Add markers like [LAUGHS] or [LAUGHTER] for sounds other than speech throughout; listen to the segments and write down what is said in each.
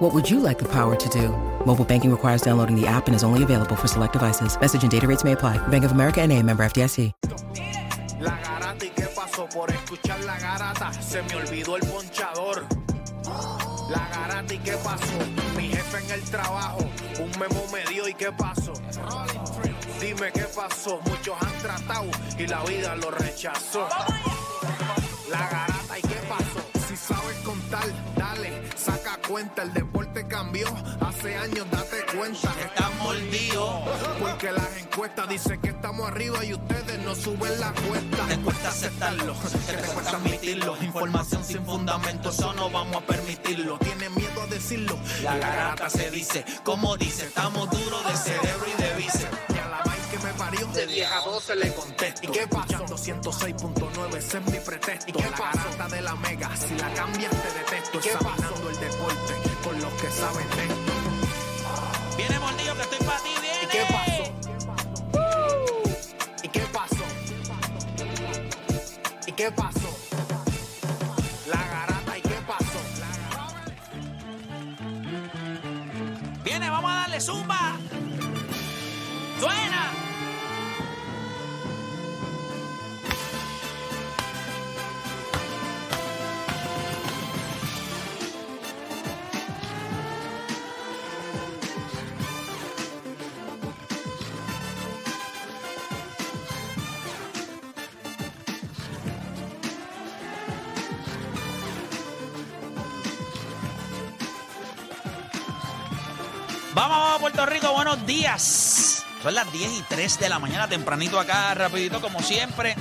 What would you like the power to do? Mobile banking requires downloading the app and is only available for select devices. Message and data rates may apply. Bank of America and a member FDIC. La garata y qué pasó por escuchar la garata, se me olvidó el ponchador. La garata y qué pasó, mi jefe en el trabajo, un memo me dio y qué pasó. Dime qué pasó, muchos han tratado y la vida lo rechazó. La garata y qué pasó, si sabes contar, dale, saca cuenta, el deporte cambió, hace años date cuenta. Estamos mordidos. Porque las encuestas dicen que estamos arriba y ustedes no suben la cuesta. te cuesta aceptarlo, que te cuesta admitirlo. Información sin fundamento, eso no vamos a permitirlo. Tienen miedo a decirlo. La garata se dice, como dice, estamos duros de cerebro y de bíceps. Y a la vaina que me parió, de 10 a 12 le contesto. ¿Y qué pasó? 106.9, ese es mi pretexto. ¿Y qué la garata de la mega, si la cambias te detesto. ¿Y qué pasó? el deporte con los que saben de esto. Viene mordido que estoy para ti, viene. ¿Y qué pasó? ¿Y qué pasó? ¿Y qué pasó? La garata, ¿y qué pasó? Viene, vamos a darle zumba. Suena. Vamos, vamos a Puerto Rico, buenos días. Son las 10 y 3 de la mañana, tempranito acá, rapidito como siempre.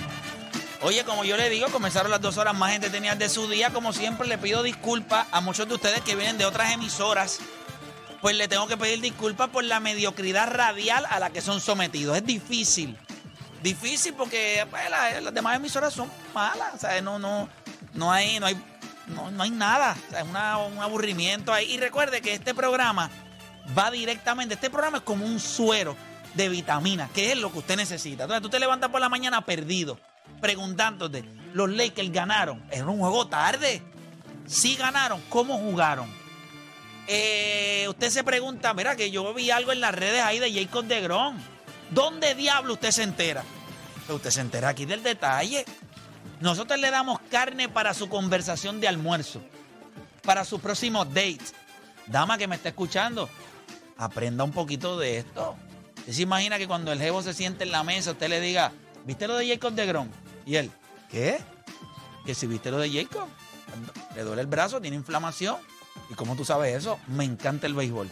Oye, como yo le digo, comenzaron las dos horas más gente tenía de su día. Como siempre, le pido disculpas a muchos de ustedes que vienen de otras emisoras. Pues le tengo que pedir disculpas por la mediocridad radial a la que son sometidos. Es difícil. Difícil porque pues, la- las demás emisoras son malas. O sea, no, no, no hay, no hay, no, no hay nada. O sea, es una- un aburrimiento ahí. Y recuerde que este programa va directamente. Este programa es como un suero de vitaminas, que es lo que usted necesita. Entonces tú te levantas por la mañana perdido, preguntándote, los Lakers ganaron. Era un juego tarde. Sí ganaron, ¿cómo jugaron? Eh, usted se pregunta, mira que yo vi algo en las redes ahí de Jacob de Grom. ¿Dónde diablo usted se entera? Pues usted se entera aquí del detalle. Nosotros le damos carne para su conversación de almuerzo, para su próximo date. Dama que me está escuchando, aprenda un poquito de esto. Usted se imagina que cuando el jevo se siente en la mesa, usted le diga, ¿viste lo de Jacob de Grom? Y él, ¿qué? Que si viste lo de Jacob, le duele el brazo, tiene inflamación. ¿Y cómo tú sabes eso? Me encanta el béisbol.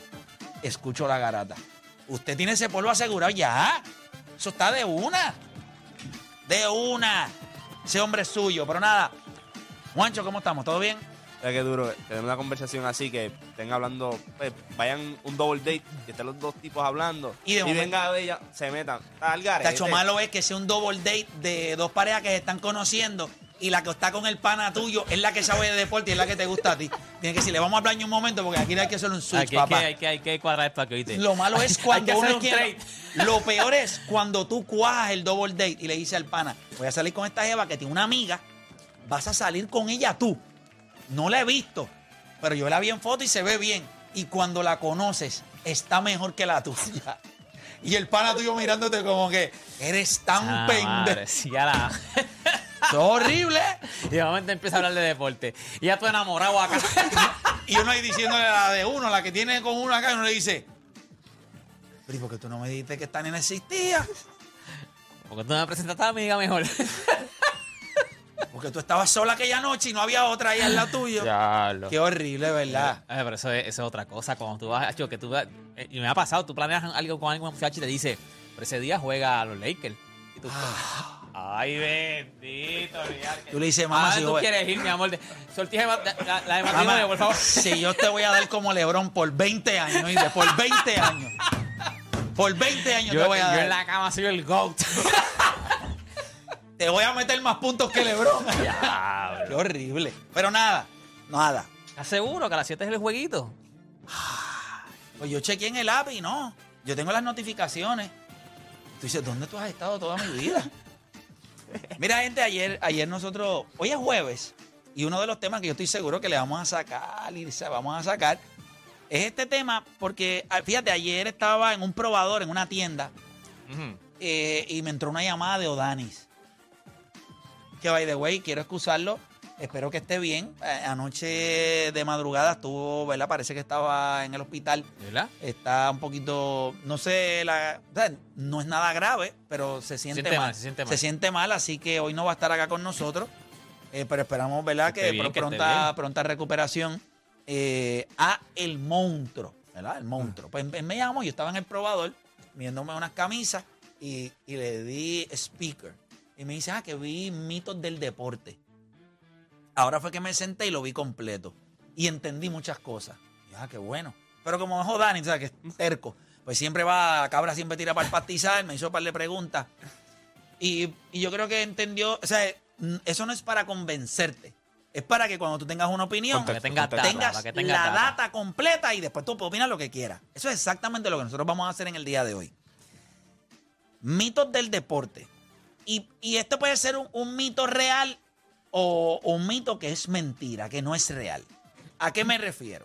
Escucho la garata. Usted tiene ese polvo asegurado ya. Eso está de una. De una. Ese hombre es suyo. Pero nada. Juancho, ¿cómo estamos? ¿Todo bien? Ya que duro, eh, tener una conversación así que estén hablando, pues, vayan un double date y estén los dos tipos hablando Y y, de momento- venga de ella, se metan. Al gare, Tacho este, malo es que sea un double date de dos parejas que se están conociendo y la que está con el pana tuyo es la que sabe de deporte y es la que te gusta a ti. Tiene que decirle, vamos a hablar en un momento porque aquí no hay que hacer un switch, Aquí hay que, papá. hay, que, hay que cuadrar esto aquí, ¿oíste? Lo malo es Este, Hay cuando que hacer uno un quiere- [LAUGHS] Lo peor es cuando tú cuajas el double date y le dices al pana, voy a salir con esta jeva que tiene una amiga, vas a salir con ella tú. No la he visto, pero yo la vi en foto y se ve bien. Y cuando la conoces, está mejor que la tuya. [LAUGHS] Y el pana tuyo mirándote como que eres tan Ah, pendejo. [LAUGHS] madre, sí, ya la- [LAUGHS] Eso es horrible. Y de momento empieza a hablar de deporte. Y ya tú enamorado acá. Y uno ahí diciéndole a la de uno, la que tiene con uno acá, y uno le dice, pero ¿y por qué tú no me dijiste que esta nena existía? Porque tú me presentaste a mi [LAUGHS] amiga mejor. Porque tú estabas sola aquella noche y no había otra ahí al lado tuyo. Ya lo. Qué horrible, ¿verdad? Ay, Eh, pero eso es, eso es otra cosa. Cuando tú vas, acho, que tú vas- eh, y me ha pasado, tú planeas algo con algún muchacho y te dice, pero ese día juega a los Lakers. Y tú, ay, bendito, olvidar que- Ah. Tú le dices, Ah, mamá, si tú voy- quieres ir, mi amor. De- Sortija de ma- la, la- la de Mamá, matrimonio, por favor. Si yo te voy a dar como Lebrón por 20 años, ¿oíste? por 20 años. Por 20 años Yo, te voy a yo dar. en la cama soy el GOAT. te voy a meter más puntos que Lebron. Qué horrible. Pero nada, nada. ¿Estás seguro que a las 7 es el jueguito? Pues yo chequeé en el app y no. Yo tengo las notificaciones. Tú dices, ¿dónde tú has estado toda mi vida? Mira, gente, ayer, ayer nosotros, hoy es jueves, y uno de los temas que yo estoy seguro que le vamos a sacar y se vamos a sacar es este tema, porque ah, fíjate, ayer estaba en un probador, en una tienda, Ujú. eh, y me entró una llamada de Odanis. Que by the way, quiero excusarlo. Espero que esté bien. Eh, Anoche de madrugada estuvo, ¿verdad? Parece que estaba en el hospital. ¿Verdad? Está un poquito, no sé, la, o sea, no es nada grave, pero se siente, siente mal, mal, se siente mal. mal, así que hoy no va a estar acá con nosotros. Eh, pero esperamos, ¿verdad? Que Que, esté bien, pro- que esté pronta, bien. pronta recuperación eh, a El Monstruo, ¿verdad? El Monstruo. Pues me llamó, yo estaba en el probador viéndome unas camisas y, y le di speaker. Y me dice, ah, que vi mitos del deporte. Ahora fue que me senté y lo vi completo. Y entendí muchas cosas. Y, ah, qué bueno. Pero como dejó Dani, ¿sabes? Que es terco. Pues siempre va, la cabra siempre tira para el pastizal, me hizo un par de preguntas. Y, y yo creo que entendió, o sea, n- eso no es para convencerte. Es para que cuando tú tengas una opinión, Para que tengas data. tengas para que tengas la data. data completa y después tú puedes opinar lo que quieras. Eso es exactamente lo que nosotros vamos a hacer en el día de hoy. Mitos del deporte. Y, y esto puede ser un, un mito real o, o un mito que es mentira, que no es real. ¿A qué me refiero?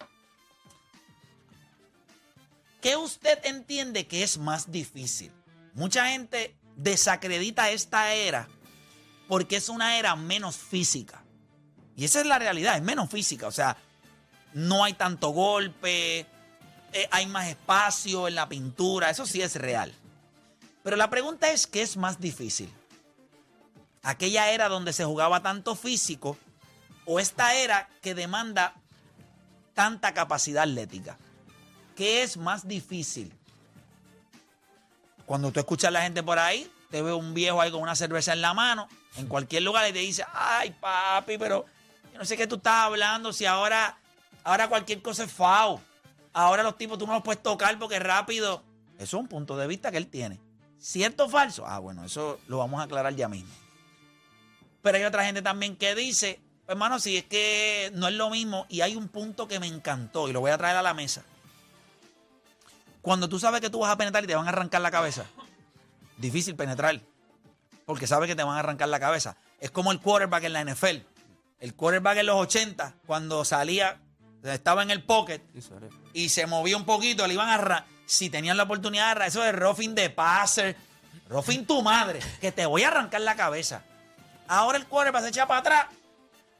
¿Qué usted entiende que es más difícil? Mucha gente desacredita esta era porque es una era menos física. Y esa es la realidad, es menos física. O sea, no hay tanto golpe, eh, hay más espacio en la pintura, eso sí es real. Pero la pregunta es, ¿qué es más difícil? ¿Aquella era donde se jugaba tanto físico o esta era que demanda tanta capacidad atlética? ¿Qué es más difícil? Cuando tú escuchas a la gente por ahí, te ve un viejo ahí con una cerveza en la mano, en cualquier lugar, y te dice, ay, papi, pero yo no sé qué tú estás hablando, si ahora, ahora cualquier cosa es FAO. Ahora los tipos tú no los puedes tocar porque rápido. Eso es un punto de vista que él tiene. ¿Cierto o falso? Ah, bueno, eso lo vamos a aclarar ya mismo. Pero hay otra gente también que dice, hermano, si es que no es lo mismo, y hay un punto que me encantó y lo voy a traer a la mesa. Cuando tú sabes que tú vas a penetrar y te van a arrancar la cabeza, difícil penetrar, porque sabes que te van a arrancar la cabeza. Es como el quarterback en la NFL. El quarterback en los 80, cuando salía, estaba en el pocket, y se movía un poquito, le iban a ra- si tenían la oportunidad de arra- eso de roughing de passer, roughing tu madre, que te voy a arrancar la cabeza. Ahora el quarterback se echa para atrás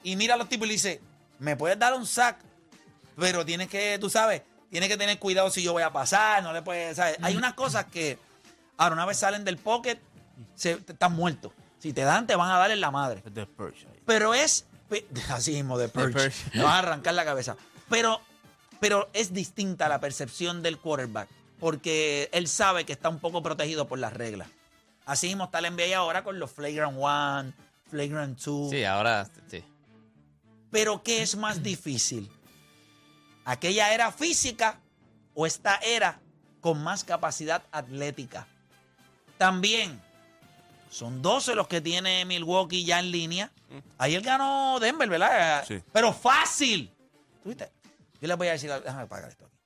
y mira a los tipos y le dice, me puedes dar un sack, pero tienes que, tú sabes, tienes que tener cuidado si yo voy a pasar, no le puedes, ¿sabes? Hay unas cosas que, ahora una vez salen del pocket, se, te- están muertos. Si te dan, te van a dar en la madre. The Purge ahí. Pero es. pe- [LAUGHS] Así mismo, de Purge. Purge. Me vas a arrancar la cabeza. Pero, pero es distinta la percepción del quarterback. Porque él sabe que está un poco protegido por las reglas. Así mismo está la NBA ahora con los Flagrant One, Flagrant Two. Sí, ahora sí. Pero ¿qué es más difícil? ¿Aquella era física o esta era con más capacidad atlética? También son 12 los que tiene Milwaukee ya en línea. Ayer ganó Denver, ¿verdad? Sí. Pero fácil. ¿Tú viste? Yo les voy a decir, algo. déjame apagar esto aquí.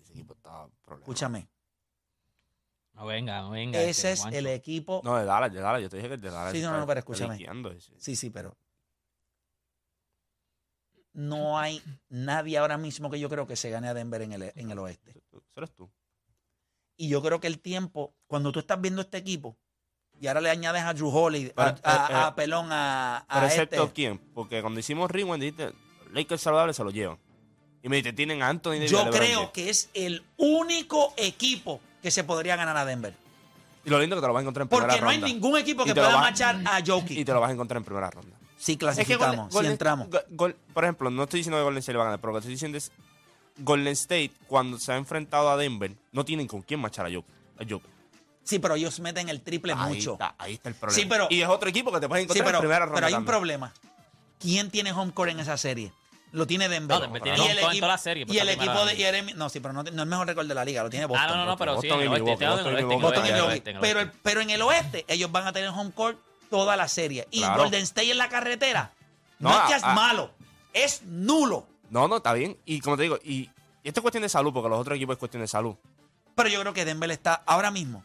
Ese equipo estaba problema. Escúchame, No venga, no venga. ese este, es Juancho. el equipo. No, de Dallas, de Dallas. Yo te dije que el de Dallas. Sí, no, está- no, pero está escúchame. liqueando ese. Sí, sí, pero no hay nadie ahora mismo que yo creo que se gane a Denver en el, en el oeste. Eso eso eres tú. Y yo creo que el tiempo, cuando tú estás viendo este equipo, y ahora le añades a Drew Holly, a, Pero, a- eh, a eh, Pelón, a, a Pero este. excepto quién, porque cuando hicimos Rewind dijiste, Lakers saludable se lo llevan. Y me dijiste, tienen a Anthony Davis y a Yo LeBron creo James. que es el único equipo que se podría ganar a Denver. Y lo lindo es que te lo vas a encontrar en primera Porque no ronda. hay ningún equipo Y que te lo pueda vas- marchar a Y Jokic. te lo vas a encontrar en primera ronda. Si Es que clasificamos, Golden- Golden- si entramos. Go- Gol- por ejemplo, no estoy diciendo que Golden State va a ganar, pero lo que estoy diciendo es Golden State, cuando se ha enfrentado a Denver, no tienen con quién marchar a Jokic. A Jokic. Sí, pero ellos meten el triple Ahí mucho. está, ahí está el problema. Sí, pero- y es otro equipo que te puedes Sí, encontrar pero, en primera ronda. pero hay un también. problema. ¿Quién tiene home court en esa serie? Lo tiene Denver. No, Denver tiene y home el court en equipo, toda la serie, pues, y el la primera equipo de ronda. Jeremy- No, sí, pero no, no es mejor récord de la liga, lo tiene Boston. Ah, no, no, no, pero sí, Boston en y el oeste, Milwaukee, te hablo en el Boston y oeste, Boston Milwaukee. en el oeste, y en el Milwaukee. oeste, en el Pero, oeste. pero en el oeste ellos van a tener home court toda la serie. Y Claro. Golden State en la carretera no, No, ah, es a- que es a- malo, es nulo. No, no, está bien. Y como te digo, y, y esto es cuestión de salud, porque los otros equipos es cuestión de salud. Pero yo creo que Denver está ahora mismo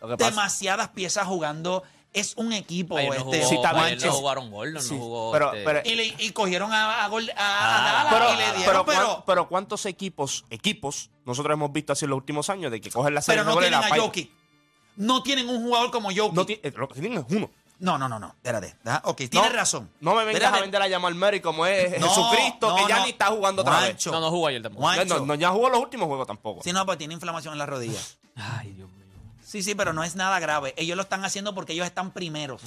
Lo que pasa- demasiadas piezas jugando. Es un equipo Ayer no este. jugó, sí, está ayer bien, no sí. jugó Aaron Gordon, Sí, no jugó... pero- este, pero- Y, le- y cogieron a, a, Gol- a- a Ah, Dallas pero, y le pero, dieron, pero, cuán- pero ¿cuántos equipos, equipos, nosotros hemos visto así en los últimos años de que cogen la serie pero no regular y tienen la a fallan? Jokic. No tienen un jugador como Jokic. No ti- eh, lo que tienen es uno. no, no, no, no. Espérate. deja- Ok, tienes No, razón. No me vengas Espérate. a vender a llamar Mary como es No, Jesucristo, no, que ya no. ni está jugando otra vez. Juancho, No, no jugó ayer tampoco. Juan- Ya No, Pancho. no, ya jugó los últimos juegos tampoco. Sí, no, pues tiene inflamación en las rodillas. Ay, Dios mío. Sí, sí, pero no es nada grave. Ellos lo están haciendo porque ellos están primeros.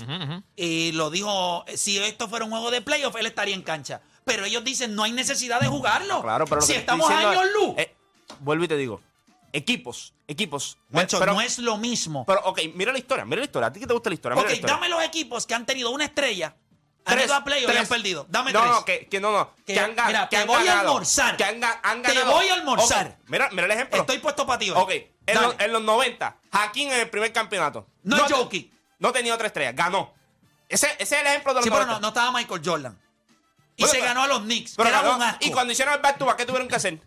Y lo dijo, si esto fuera un juego de playoff, él estaría en cancha. Pero ellos dicen, no hay necesidad de jugarlo. Claro, pero lo si que te estoy estamos diciendo años es- luz. eh, vuelvo y te digo. Equipos, equipos. Juancho, pero, no es lo mismo. pero, ok, mira la historia, mira la historia. ¿A ti que te gusta la historia? Mira ok, la historia. dame los equipos que han tenido una estrella, han Tres, ido a playoff y tres. han perdido. Dame no, tres. No, que, que no, no. Que- Que, han ganado. mira, que te han voy a ganado, almorzar. Que han, ga- han Te ganado. voy a almorzar. Ok, Mira, mira el ejemplo. Estoy puesto para ti hoy. Ok, en, Dale. los- en los 90, Hakim en el primer campeonato. No es te- Jokic. No tenía otra estrella, ganó. Ese, ese es el ejemplo de los Sí, pero 90. no, no estaba Michael Jordan. Y Bueno, se pero- ganó a los Knicks. Pero que era ganó. un asco. Y cuando hicieron el back to back, ¿qué tuvieron que hacer?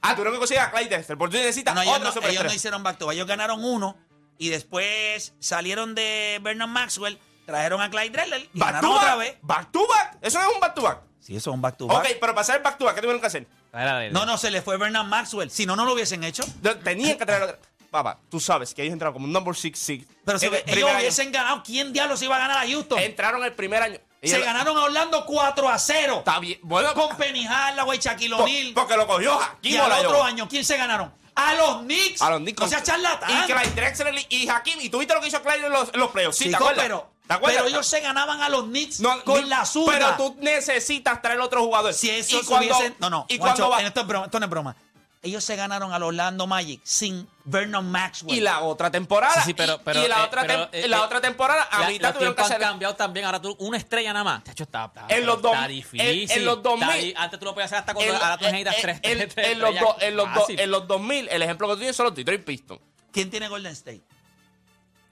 Ah, tuvieron que conseguir a Clyde Dexter. Porque tú necesitas No, ellos, otro no, ellos superestrella. no hicieron back to back. Ellos ganaron uno y después salieron de Vernon Maxwell, trajeron a Clyde Drexler y Back ganaron to otra back. vez. Back to back. Eso no es un back to back. Sí, eso es un back to Ok, back. pero para hacer el back to back, ¿qué tuvieron que hacer? Dale, dale, No, no, se le fue Vernon Maxwell. Si no, no lo hubiesen hecho. No, Tenían que traer otra. Papá, tú sabes que ellos entraron como un number six seed. Pero si En el primer ellos año. hubiesen ganado, ¿quién diablos iba a ganar a Houston? Entraron el primer año. se Ellos- ganaron a Orlando 4 a 0. Está bien. Bueno, Con Penny Hardaway, Shaquille po- O'Neal. porque lo cogió Hakim Y o al la otro llevó. año, ¿quién se ganaron? A los Knicks. A los Knicks. O sea, charlatán. Y Clyde Drexler y Hakim. Y tuviste lo que hizo Clyde en los, en los playoffs. Sí, ¿te Chico, acuerdas? pero, ¿Te acuerdas? pero ellos se ganaban a los Knicks No, con tú- la zurda. Pero tú necesitas traer otro jugador. Si eso y cuando, hubiesen- No, no. Y Juancho, cuando va- en este esto, es broma, esto no es broma. Ellos se ganaron al Orlando Magic sin Vernon Maxwell. y la otra temporada. Sí, sí, pero- y- pero, y, la, eh, otra pero, tem- eh, la eh, otra temporada a La- mitad los tuvieron que tiempos han hacer. cambiado también. Ahora tú, una estrella nada más. Chacho, está, está, En los está dos- difícil. en- en los Está 2000. di- Antes tú lo podías hacer hasta con En, ahora tú en- necesitas tres, en- tres, tres en los estrellas. dos- en los dos- Fácil. en los 2000, el ejemplo que tú tienes son los Detroit Pistons. ¿Quién tiene Golden State?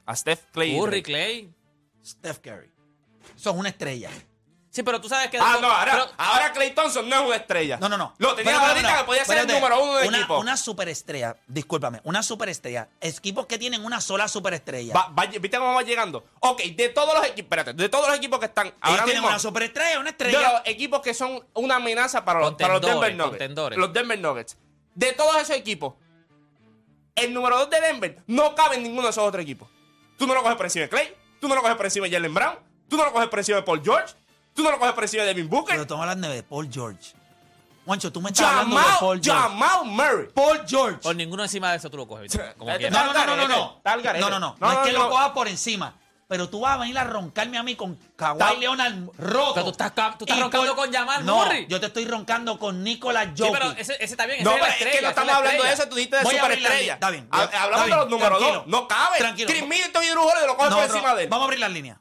A Steph Clay. Curry, Clay. Steph Curry. Son una estrella. Sí, pero tú sabes que... Ah, no, ahora, pero- ahora Clay Thompson no es una estrella. No, no, no. Lo tenía Pero, pero, ahorita no, que podía ser el espérate. número uno del una, equipo. Una superestrella, discúlpame, una superestrella. Equipos que tienen una sola superestrella. Va- va- ¿Viste cómo va llegando? Ok, de todos los equipos, espérate, de todos los equipos que están ahora Ellos tienen mismo. una superestrella, una de estrella. los equipos que son una amenaza para los, para los Denver Contendores, Nuggets. contendores. Los Denver Nuggets. De todos esos equipos, el número 2 de Denver no cabe en ninguno de esos otros equipos. Tú no lo coges por encima de Clay, tú no lo coges por encima de Jalen Brown, tú no lo coges por encima de Paul George, tú no lo coges por encima de Devin Pero Booker. estamos hablando de Paul George. Juancho, tú me estás hablando de Jamal, Paul George. Jamal Murray. Paul George. Por ninguno encima de eso tú lo coges. ¿viste? Como Vete, quieras. No, no, no, Tal no, no, garete, no. tal garete. No, no, no. No, No es no, que lo no. cojas por encima. Pero tú vas a venir a roncarme a mí con Kawhi Tal- Leonard roto. Pero tú estás ca- tú estás Y roncando con Jamal no, Murray. Yo te estoy roncando con Nicolas Sí, Jokic. pero ese, ese está bien. No, ese es pero la es que no estrella, ese es estamos la hablando de estrella. eso, tú dijiste de Voy a abrir la superestrella. línea, está bien, Ha- está Hablamos bien, de los números tranquilo. dos. No cabe. Tranquilo. Chris Middleton y Drew Holiday lo cogen No, por no, encima de él. Vamos a abrir las líneas.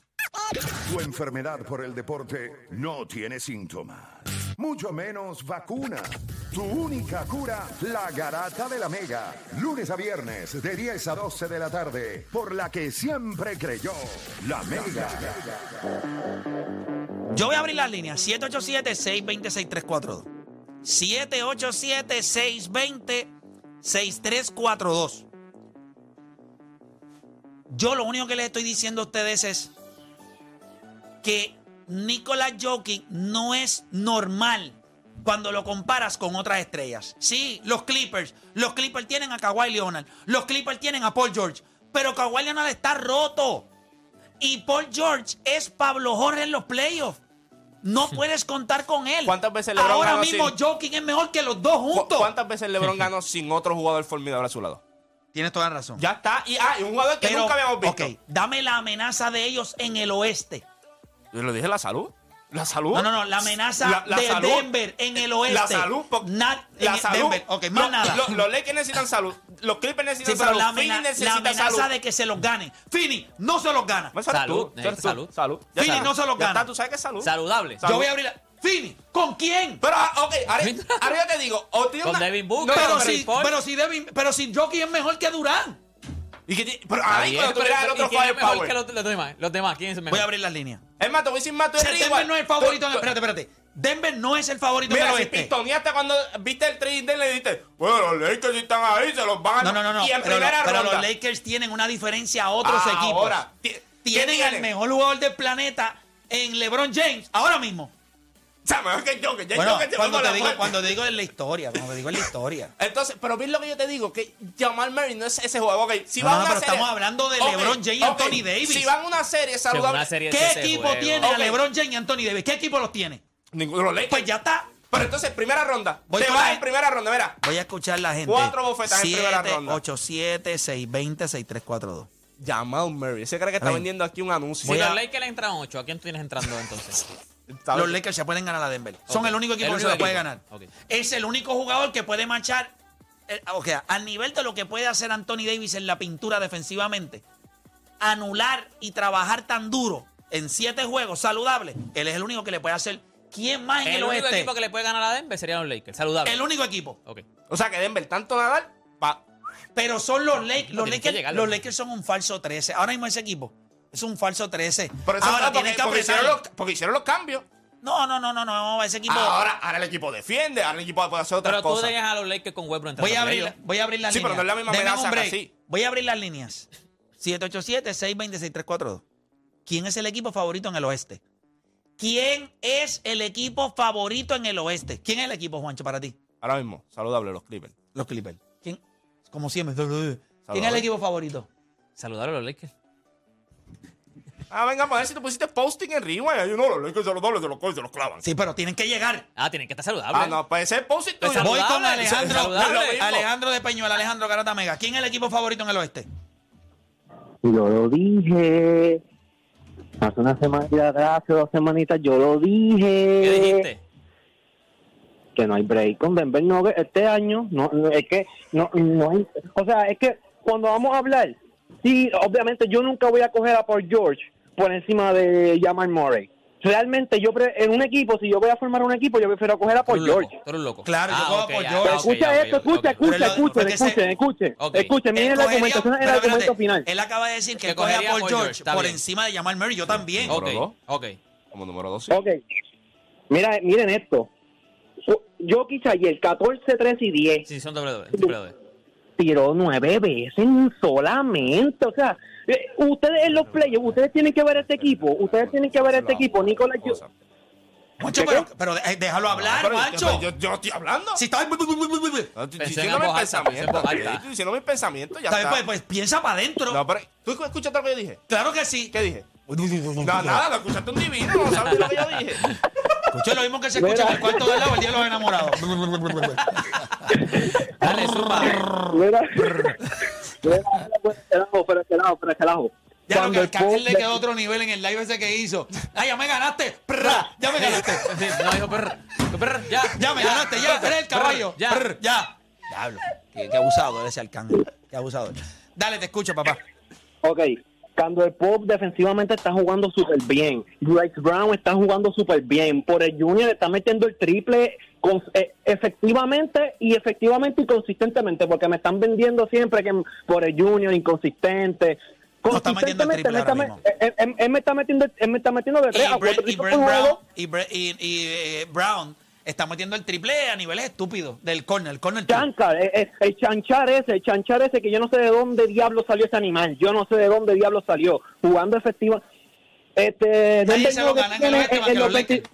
Tu enfermedad por el deporte no tiene síntomas, mucho menos vacuna. Tu única cura, la garata de la mega. Lunes a viernes, de 10 a 12 de la tarde, por la que siempre creyó, la mega. Yo voy a abrir las líneas. 787-620-6342. 787-620-6342. Yo lo único que les estoy diciendo a ustedes es que Nicolás Jokic no es normal cuando lo comparas con otras estrellas. Sí, los Clippers. Los Clippers tienen a Kawhi Leonard. Los Clippers tienen a Paul George. Pero Kawhi Leonard está roto. Y Paul George es Pablo Jorge en los playoffs. [LAUGHS] No puedes contar con él. ¿Cuántas veces LeBron Ahora ganó mismo sin- Jokic es mejor que los dos ¿Cu- juntos. ¿Cuántas veces LeBron ganó sin otro jugador formidable a su lado? Tienes toda la razón. Ya está. Y, ah, y un jugador que Pero, nunca habíamos visto. ok, dame la amenaza de ellos en el oeste. Yo lo dije, la salud. La salud. No, no, no, la amenaza La- la de salud. Denver en el oeste. La salud. po- Na- la en- salud. Denver, ok, más Lo- nada. lo- Los Lakers necesitan salud. Los Clippers sí, necesitan pero salud. la, Phoenix amena- la necesita amenaza salud. de que se los gane. Fini no se los gana. Pues ahora tú, Salud, tú eres necesita tú. salud. Salud. Ya Phoenix está. no se los Ya gana. está, tú sabes que es salud. Saludable. Salud. Yo voy a abrir la... Fini, ¿con quién? Pero, ah, ok, [LAUGHS] ahora, ahora yo te digo, o tiene Con una- Devin Booker, No, con pero pero, pero si, y Paul. pero si Devin- pero si Jockey es mejor que Durán. Y que, ti- pero ahí cuando Está tú bien, miras el pero- otro ¿y quién es Fire mejor Power. que los, los demás? Los demás, ¿quién es el mejor? Voy a abrir las líneas. Es más, te voy a decir más, tú O sea, eres Denver igual. no es el favorito. en Tú- el- tú- Espérate, espérate. Denver no es el favorito en Mira, el si oeste. pistoneaste cuando viste el 3 y le dijiste, bueno, los Lakers sí están ahí, se los van a... No, no, no, no. Ah, Y en Pero, primera lo- pero ronda. los Lakers tienen una diferencia a otros Ahora, equipos. ti- ¿qué tienen al tienen? mejor jugador del planeta en LeBron James ahora mismo. O sea, mejor que yo, que ya Bueno, yo que te cuando pongo te la digo, muerte. cuando te digo en la historia, cuando te digo en la [LAUGHS] historia. Entonces, pero ves lo que yo te digo, que Jamal Murray no es ese jugador. ok, si No, van no, a no, una pero serie- estamos hablando de Ok, LeBron James y ok, Anthony Davis. Si van a una serie saludable, una serie- ¿Qué ese equipo juego. tiene a Ok. LeBron James y Anthony Davis? ¿Qué equipo los tiene? ninguno de los Lakers. Pues ya está. Pero entonces, primera ronda. Voy te con vas la- en primera ronda, mira. Voy a escuchar la gente. Cuatro bofetas en primera ronda. 787 620 6342. Jamal Murray. Se cree que está Ay. vendiendo aquí un anuncio. Si Voy a- los Lakers entran 8, ¿a quién tú tienes entrando [LAUGHS] entonces? Está Los bien. Lakers se pueden ganar a Denver. Son Ok. el único equipo El que único se puede equipo. ganar. Ok. Es el único jugador que puede marchar. eh, o sea, al nivel de lo que puede hacer Anthony Davis en la pintura defensivamente, anular y trabajar tan duro en siete juegos saludables, él es el único que le puede hacer. ¿Quién más en el, El único oeste? equipo que le puede ganar a Denver serían los Lakers. Saludable. El único equipo. Ok. O sea, que Denver, tanto Nadal, pa... Pero son los Lakers. Los tienen que Lakers, llegar, los loco. Lakers son un falso 13. Ahora mismo ese equipo es un falso 13. Pero eso Ahora fue porque, tienen que porque hicieron apretar. los, porque hicieron los cambios. No, no, no, no, no. Ese equipo. Ah, Ahora, ahora el equipo defiende, ahora el equipo puede hacer otras Pero tú cosas. tenías a los Lakers con Westbrook entrando. Voy a abrir, ellos. voy a abrir las Sí, pero líneas. no es la misma Denme un amenaza que break. así. Voy a abrir las líneas. 787-626-342. ¿Quién es el equipo favorito en el oeste? ¿Quién es el equipo favorito en el oeste? ¿Quién es el equipo, Juancho, para ti? Ahora mismo, saludable los Clippers. Los Clippers. ¿Quién? Como siempre. ¿Quién es el equipo favorito? Saludable a los Lakers. Ah, venga, a ver si tú pusiste posting en Rewind. Ay, no, los Lakers saludables se los cogen, se los clavan. Sí, pero tienen que llegar. Ah, tienen que estar saludables. Ah, no, puede ser posting Pues tuyo. Voy con Saludable, Alejandro, saludable. Alejandro- Alejandro de Peñuel, Alejandro Garata Mega. ¿Quién es el equipo favorito en el oeste? Yo lo dije. Hace una semana atrás, hace dos semanitas, yo lo dije. ¿Qué dijiste? Que no hay break con Denver Nuggets este año. No, no, es que no, no hay. O sea, es que cuando vamos a hablar, sí, obviamente yo nunca voy a coger a por George por encima de Jamal Murray. Realmente yo pre- en un equipo, si yo voy a formar un equipo, yo prefiero coger a Tú por eres un George. loco. Tú eres un loco. Claro, yo Ah, cojo ok, por ya, George. ok, Escucha ya, ok, esto, ok, escucha, ok. escucha, Pero lo- escuchen, porque se- escuchen, escuchen, Ok. escuchen, miren el Él cogería- argumento, es el pero argumento espérate, final. Él acaba de decir que, Que él coge a cogería Paul Paul George, George, está por bien. encima de Jamal Murray. Yo también. Ok, Número dos. ok. Como número 12. Ok. Mira, miren esto. Su- Jokic ayer 14, 3 y 10 Sí, son E. doble doble. triple doble. tiró nueve veces solamente. O sea, eh, ustedes en los playoffs, ustedes tienen que ver este equipo. Ustedes tienen que ver este equipo. Nicolás, yo- Juancho, pero, pero eh, déjalo hablar, Pero yo- Juancho. Yo, yo estoy hablando. si está. Está No, estoy Pensé en diciendo mis voz alta, pensé en pensamientos. voz ok, alta. Estoy diciendo mis pensamientos, ya bien, está. Pues, pues piensa para adentro. No, pero tú escu- escuchaste lo que yo dije. claro que sí. ¿Qué [LAUGHS] dije? No, nada, lo escuchaste un divino, no sabes lo que yo dije. Escuché lo mismo que se escucha en el cuarto del lado el día de los [LAUGHS] enamorados. Dale, suma. Mira, [LAUGHS] mira, por este lado, por este lado, por este lado. Ya lo Cuando que el al cárcel post- le quedó otro nivel en el live ese que hizo. Ah, ya me ganaste. Prra, ya me ganaste. Sí, No, dijo perr. Dijo, perr, Ya. Ya me ganaste. Ya, eres el caballo. Prr, Ya. Ya. ya. Diablo. Qué, qué abusado ese arcángel. Qué abusado. Dale, te escucho, papá. Ok, cuando el Pop defensivamente está jugando súper bien, Bryce Brown está jugando súper bien, por el Junior está metiendo el triple con- eh, efectivamente y efectivamente y consistentemente, porque me están vendiendo siempre que por el Junior inconsistente. No está metiendo el triple Consistentemente, él está ahora me- mismo. él- él- él me está metiendo, él me está metiendo de Y tres a Brett- cuatro y triples Brett por Brown, juego. y Brett- y- y, eh, Brown está metiendo el triple a niveles estúpidos del corner. El corner two. Chancar, eh, eh, el chanchar ese, el chanchar ese que yo no sé de dónde diablo salió ese animal, yo no sé de dónde diablo salió, jugando efectiva. Este, Denver se lo Nuggets gana en el tiene oeste más que los Lakers.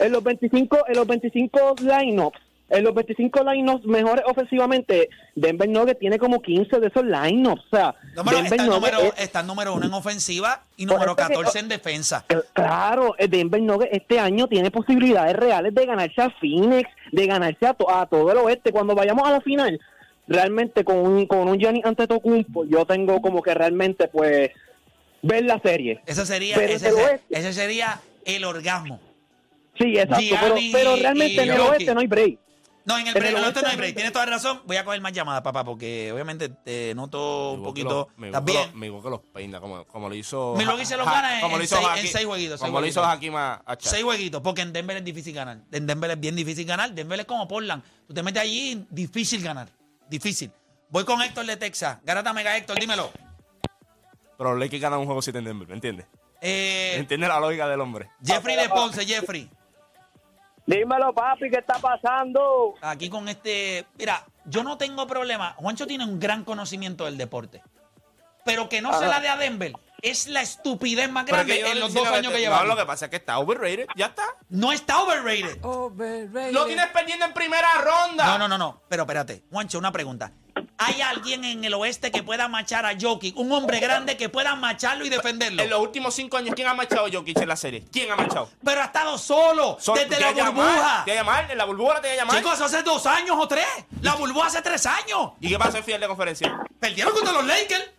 en los 25, en los 25 lineups, en los 25 lineups mejores ofensivamente, Denver Nuggets tiene como 15 de esos lineups, o sea, Número, Denver está, Nuggets número, es- está número uno en ofensiva y número Por eso que- oh, 14 en defensa. Cl- Claro, eh, Denver Nuggets este año tiene posibilidades reales de ganarse a Phoenix, de ganarse a, to- a todo el oeste. Cuando vayamos a la final, realmente con un, con un Gianni Antetokounmpo, yo tengo como que realmente, pues, ver la serie. Ese sería, Pero ese, del se- oeste. ese sería el orgasmo. Sí, exacto, pero, Gianni pero y realmente en el Jokic. oeste no hay break. No, en el, En break, el en el oeste oeste no hay no break. hay break. Tienes toda la razón. Voy a coger más llamadas, papá, porque obviamente te noto un Me digo que poquito. lo- me digo ¿Estás que lo- bien? Me digo que los peina, como, como lo hizo. Milwaukee se los Ja- gana en- como lo en hizo seis- en Hakim- seis jueguitos, seis Como lo hizo jueguitos. Hakim a, a Chat. Seis jueguitos, porque en Denver es difícil ganar. En Denver es bien difícil ganar. Denver es como Portland. Tú te metes allí, difícil ganar. Difícil. Voy con Héctor de Texas. Garata Mega Héctor, dímelo. Pero los Lakers ganan un juego 7 en Denver, ¿me entiendes? Eh, ¿Entiendes la lógica del hombre? Jeffrey de Ponce, Jeffrey. Dímelo, papi, ¿qué está pasando? Aquí con este. Mira, yo no tengo problema. Juancho tiene un gran conocimiento del deporte. Pero que no se la dé a Denver es la estupidez más Pero es grande que yo en los sí dos lo años que te- llevamos. No, lo que pasa es que está overrated, ya está. No está overrated. Lo tienes perdiendo en primera ronda. No, no, no, no. Pero espérate, Juancho, una pregunta. ¿Hay alguien en el oeste que pueda machar a Jokic? Un hombre grande que pueda macharlo y defenderlo. En los últimos cinco años, ¿quién ha marchado Jokic en la serie? ¿Quién ha marchado? Pero ha estado solo, Sol- desde te la voy a llamar, burbuja. Te voy a llamar, en la burbuja la te voy a llamar. Chicos, hace dos años o tres. La burbuja hace tres años. ¿Y qué pasa en final de conferencia? Perdieron contra los Lakers.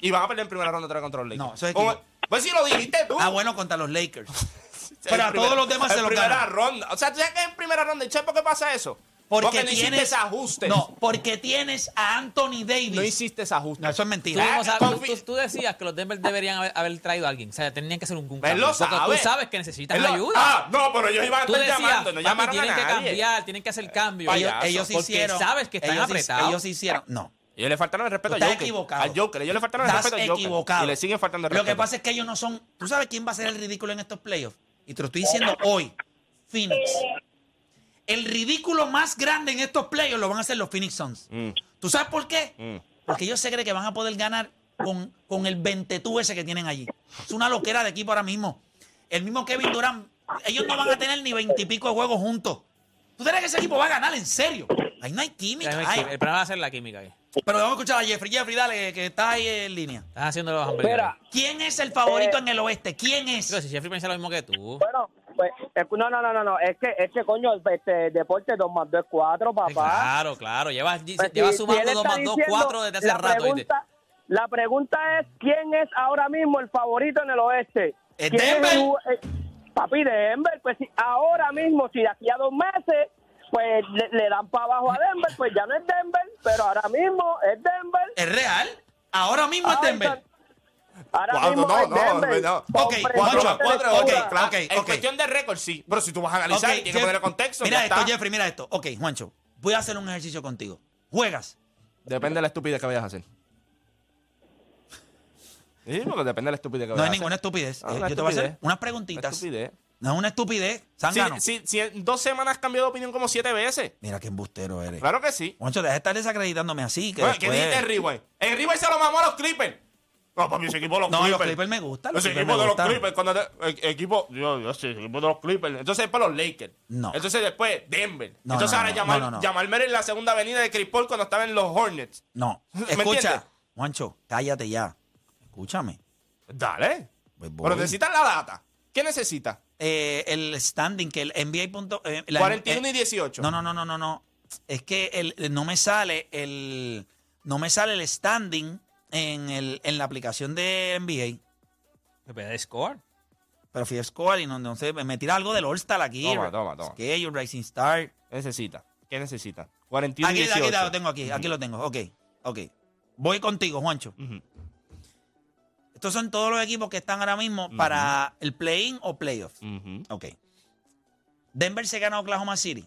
Y van a perder en primera ronda otra vez contra los Lakers. No, eso es Como- equipo. Pues si lo dijiste tú. Ah, bueno, contra los [LAUGHS] Lakers. En pero a todos los demás en se los primera ganan. ronda. O sea, tú sabes que en primera ronda. ¿Y sabes por qué pasa eso? Porque, no tienes hiciste ajustes. No, porque tienes a Anthony Davis. No hiciste ajustes. No, eso es Tú, mentira. mismo sabes- tú- confi- tú- tú decías que los Denver deberían haber, haber traído a alguien. O sea, tenían que hacer un, un Pues Él cambio. lo Porque sabe. tú sabes que necesitan Él lo- ayuda. Ah, no, pero ellos iban a tú estar decías, llamando. No papi, llamaron tienen a que nadie. Eh, cambiar, tienen que hacer cambios. ellos, payaso, ellos porque hicieron. sabes que están ellos, apretados. Ellos hicieron. No. Ellos le faltaron el respeto Tú estás a Joker. equivocado. A Joker. Ellos le faltaron el Estás respeto a Joker. equivocado. Y le siguen faltando el Lo respeto. que pasa es que ellos no son. ¿Tú sabes quién va a ser el ridículo en estos playoffs? Y te lo estoy diciendo hoy. Phoenix. El ridículo más grande en estos playoffs lo van a hacer los Phoenix Suns. Mm, ¿Tú sabes por qué? mm. Porque ellos se creen que van a poder ganar con, con el 20 tú ese que tienen allí. Es una loquera de equipo ahora mismo. El mismo Kevin Durant, ellos no van a tener ni 20 y pico de juegos juntos. ¿Tú crees que ese equipo va a ganar en serio? Ahí no hay Ya química. no hay ay. química. el problema va a ser la química ahí. Pero vamos a escuchar a Jeffrey. Jeffrey, dale, que está ahí en línea. Estás haciendo los Pues, hamburguesas. Espera, ¿Quién es el favorito Eh, en el oeste? ¿Quién es? Pero si Jeffrey piensa lo mismo que tú. bueno, pues, es que- no, no, no, no, no, es que, es que coño, este deporte 2 más 2 es 4, papá. Eh, Claro, claro. Llevas Pues, llevas si- si sumando él 2 está más 2, diciendo 4 desde hace la rato. ¿viste? pregunta- La pregunta es, ¿quién es ahora mismo el favorito en el oeste? ¿Es ¿Quién Denver? el ju- eh, papi, Denver, pues si ahora mismo, si de aquí a dos meses, pues le, le dan para abajo a Denver, pues ya no es Denver, pero ahora mismo es Denver. ¿Es real? Ahora mismo es Ah, Ahora Denver. está- Ahora Cuatro, mismo no, es no, Denver. no. Con Ok, presión Cuatro, Juancho, de cuatro, ok, lectura. claro. ok, En ok. cuestión de récord, sí. Pero si tú vas a Ok, analizar y tienes que Jeff- poner el contexto. Mira ya esto, está. Jeffrey, mira esto. Ok, Juancho, voy a hacer un ejercicio contigo. Juegas. Depende de la estupidez que vayas a hacer. Sí, porque depende de la estupidez que No vayas hay a hacer. ninguna estupidez. Ah, Eh, una Yo te voy a hacer estupidez. unas Una preguntitas. estupidez. No es una estupidez. Si, Zángano. si- si en dos semanas has cambiado de opinión como siete veces. Mira qué embustero eres. Claro que sí. Juancho, deja de estar desacreditándome así. Que Bueno, ¿Qué después- dijiste, Rewind? El Rewind se lo mamó a los Clippers. No, papi, ese equipo de los No, Clippers. los Clippers me gustan, los Ese Clippers equipo me de los gustan. Clippers. Cuando te- el- el equipo, yo, yo sé, el equipo de los Clippers. Entonces después los Lakers. No. Entonces después Denver. No, Entonces no, ahora no, llamar, no, no, no. llamarme en la segunda avenida de Chris Paul cuando estaba en los Hornets. No. [LAUGHS] ¿Me entiendes? Escucha, Juancho, cállate ya. Escúchame. Dale. Pues voy. Pero necesitas la data. ¿Qué necesitas? Eh, el standing que el NBA punto, eh, la- 41 eh, y 18. No, no, no, no, no, no. Es que el, no me sale el no me sale el standing en el en la aplicación de NBA. Espera, Pues de score. Pero fui a score y no, no sé, me tira algo del All-Star aquí. Toma, toma, toma. Schedule, Rising Star. Necesita. ¿Qué necesitas? 41 Aquí, y aquí 18. lo tengo aquí, aquí lo tengo. Ok, ok. Voy contigo, Juancho. Ujú. Estos son todos los equipos que están ahora mismo para el play-in o playoff. Ujú. Ok. Denver se gana a Oklahoma City.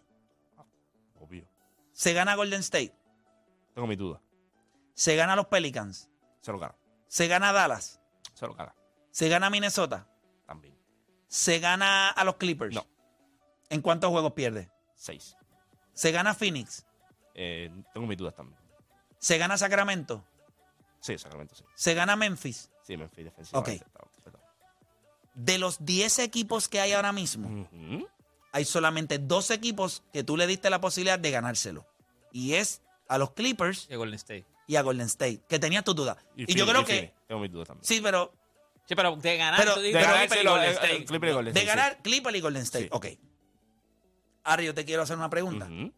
Obvio. Se gana a Golden State. Tengo mi duda. Se gana a los Pelicans. Se lo gana. Se gana a Dallas. Se lo gana. Se gana a Minnesota. También. Se gana a los Clippers. No. ¿En cuántos juegos pierde? 6. Se gana a Phoenix. Eh, tengo mis dudas también. Se gana a Sacramento. Sí, Sacramento, sí. Se gana a Memphis. Sí, me fui defensivamente. Está- está- De los 10 equipos que hay ahora mismo, Ujú. hay solamente dos equipos que tú le diste la posibilidad de ganárselo. Y es a los Clippers De Golden State. y a Golden State, que tenías tu duda. Y, yo Phoenix, creo y que... Phoenix. Tengo mis dudas también. Sí, pero Sí, pero de ganar. Pero- tú de De dices, ganar Clippers y sí, lo- Golden eh, State. eh, Clipper y Golden De State, ganar Clipper y Golden State. Sí. Ok. Ahora yo te quiero hacer una sí. pregunta. Ujú.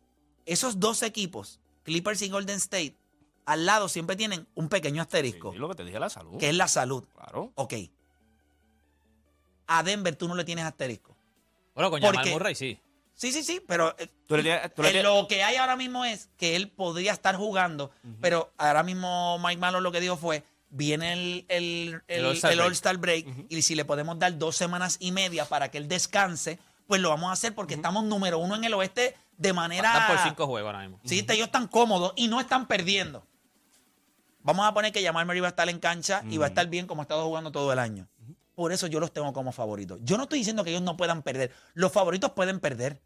Esos dos equipos, Clippers y Golden State, al lado siempre tienen un pequeño asterisco, Sí, lo que te dije, la salud. que es la salud. Claro. Ok. A Denver tú no le tienes asterisco. Bueno, con Porque- Jamal Murray sí. Sí, sí, sí, pero eh, Tú le tienes- tú le eh, tienes- lo que hay ahora mismo es que él podría estar jugando, pero ahora mismo Mike Malone lo que dijo fue, viene el, el, el- El All-Star el break. All-Star Break, y si le podemos dar dos semanas y media para que él descanse, pues lo vamos a hacer porque estamos número uno en el oeste de manera. Están por cinco juegos ahora mismo. Sí, ellos están cómodos y no están perdiendo. Vamos a poner que Jamal Murray va a estar en cancha y va a estar bien como ha estado jugando todo el año. Por eso yo los tengo como favoritos. Yo no estoy diciendo que ellos no puedan perder. Los favoritos pueden perder.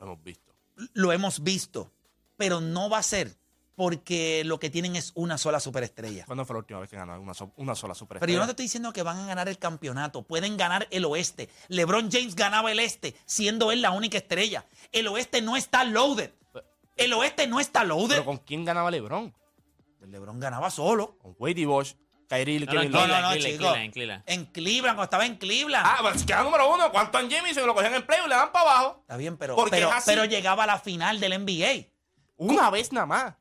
Lo hemos visto. Lo hemos visto. Pero no va a ser porque lo que tienen es una sola superestrella. ¿Cuándo fue la última vez que ganaron una, so- una sola Pero yo superestrella? no te estoy diciendo que van a ganar el campeonato. Pueden ganar el oeste. LeBron James ganaba el este, siendo él la única estrella. El oeste no está loaded. El oeste no está loaded. ¿Pero con quién ganaba LeBron? El LeBron ganaba solo. Con Wade y Bosch, Kyrie y No, no, Kevin no, Love. no, no, chico. Cleveland, en Cleveland. En Cleveland, cuando estaba en Cleveland. Ah, pues queda número uno. ¿Cuánto en Jimmy se lo cogían en play y le dan para abajo? está bien, pero, porque pero, es así. pero llegaba a la final del NBA. Una vez nada más.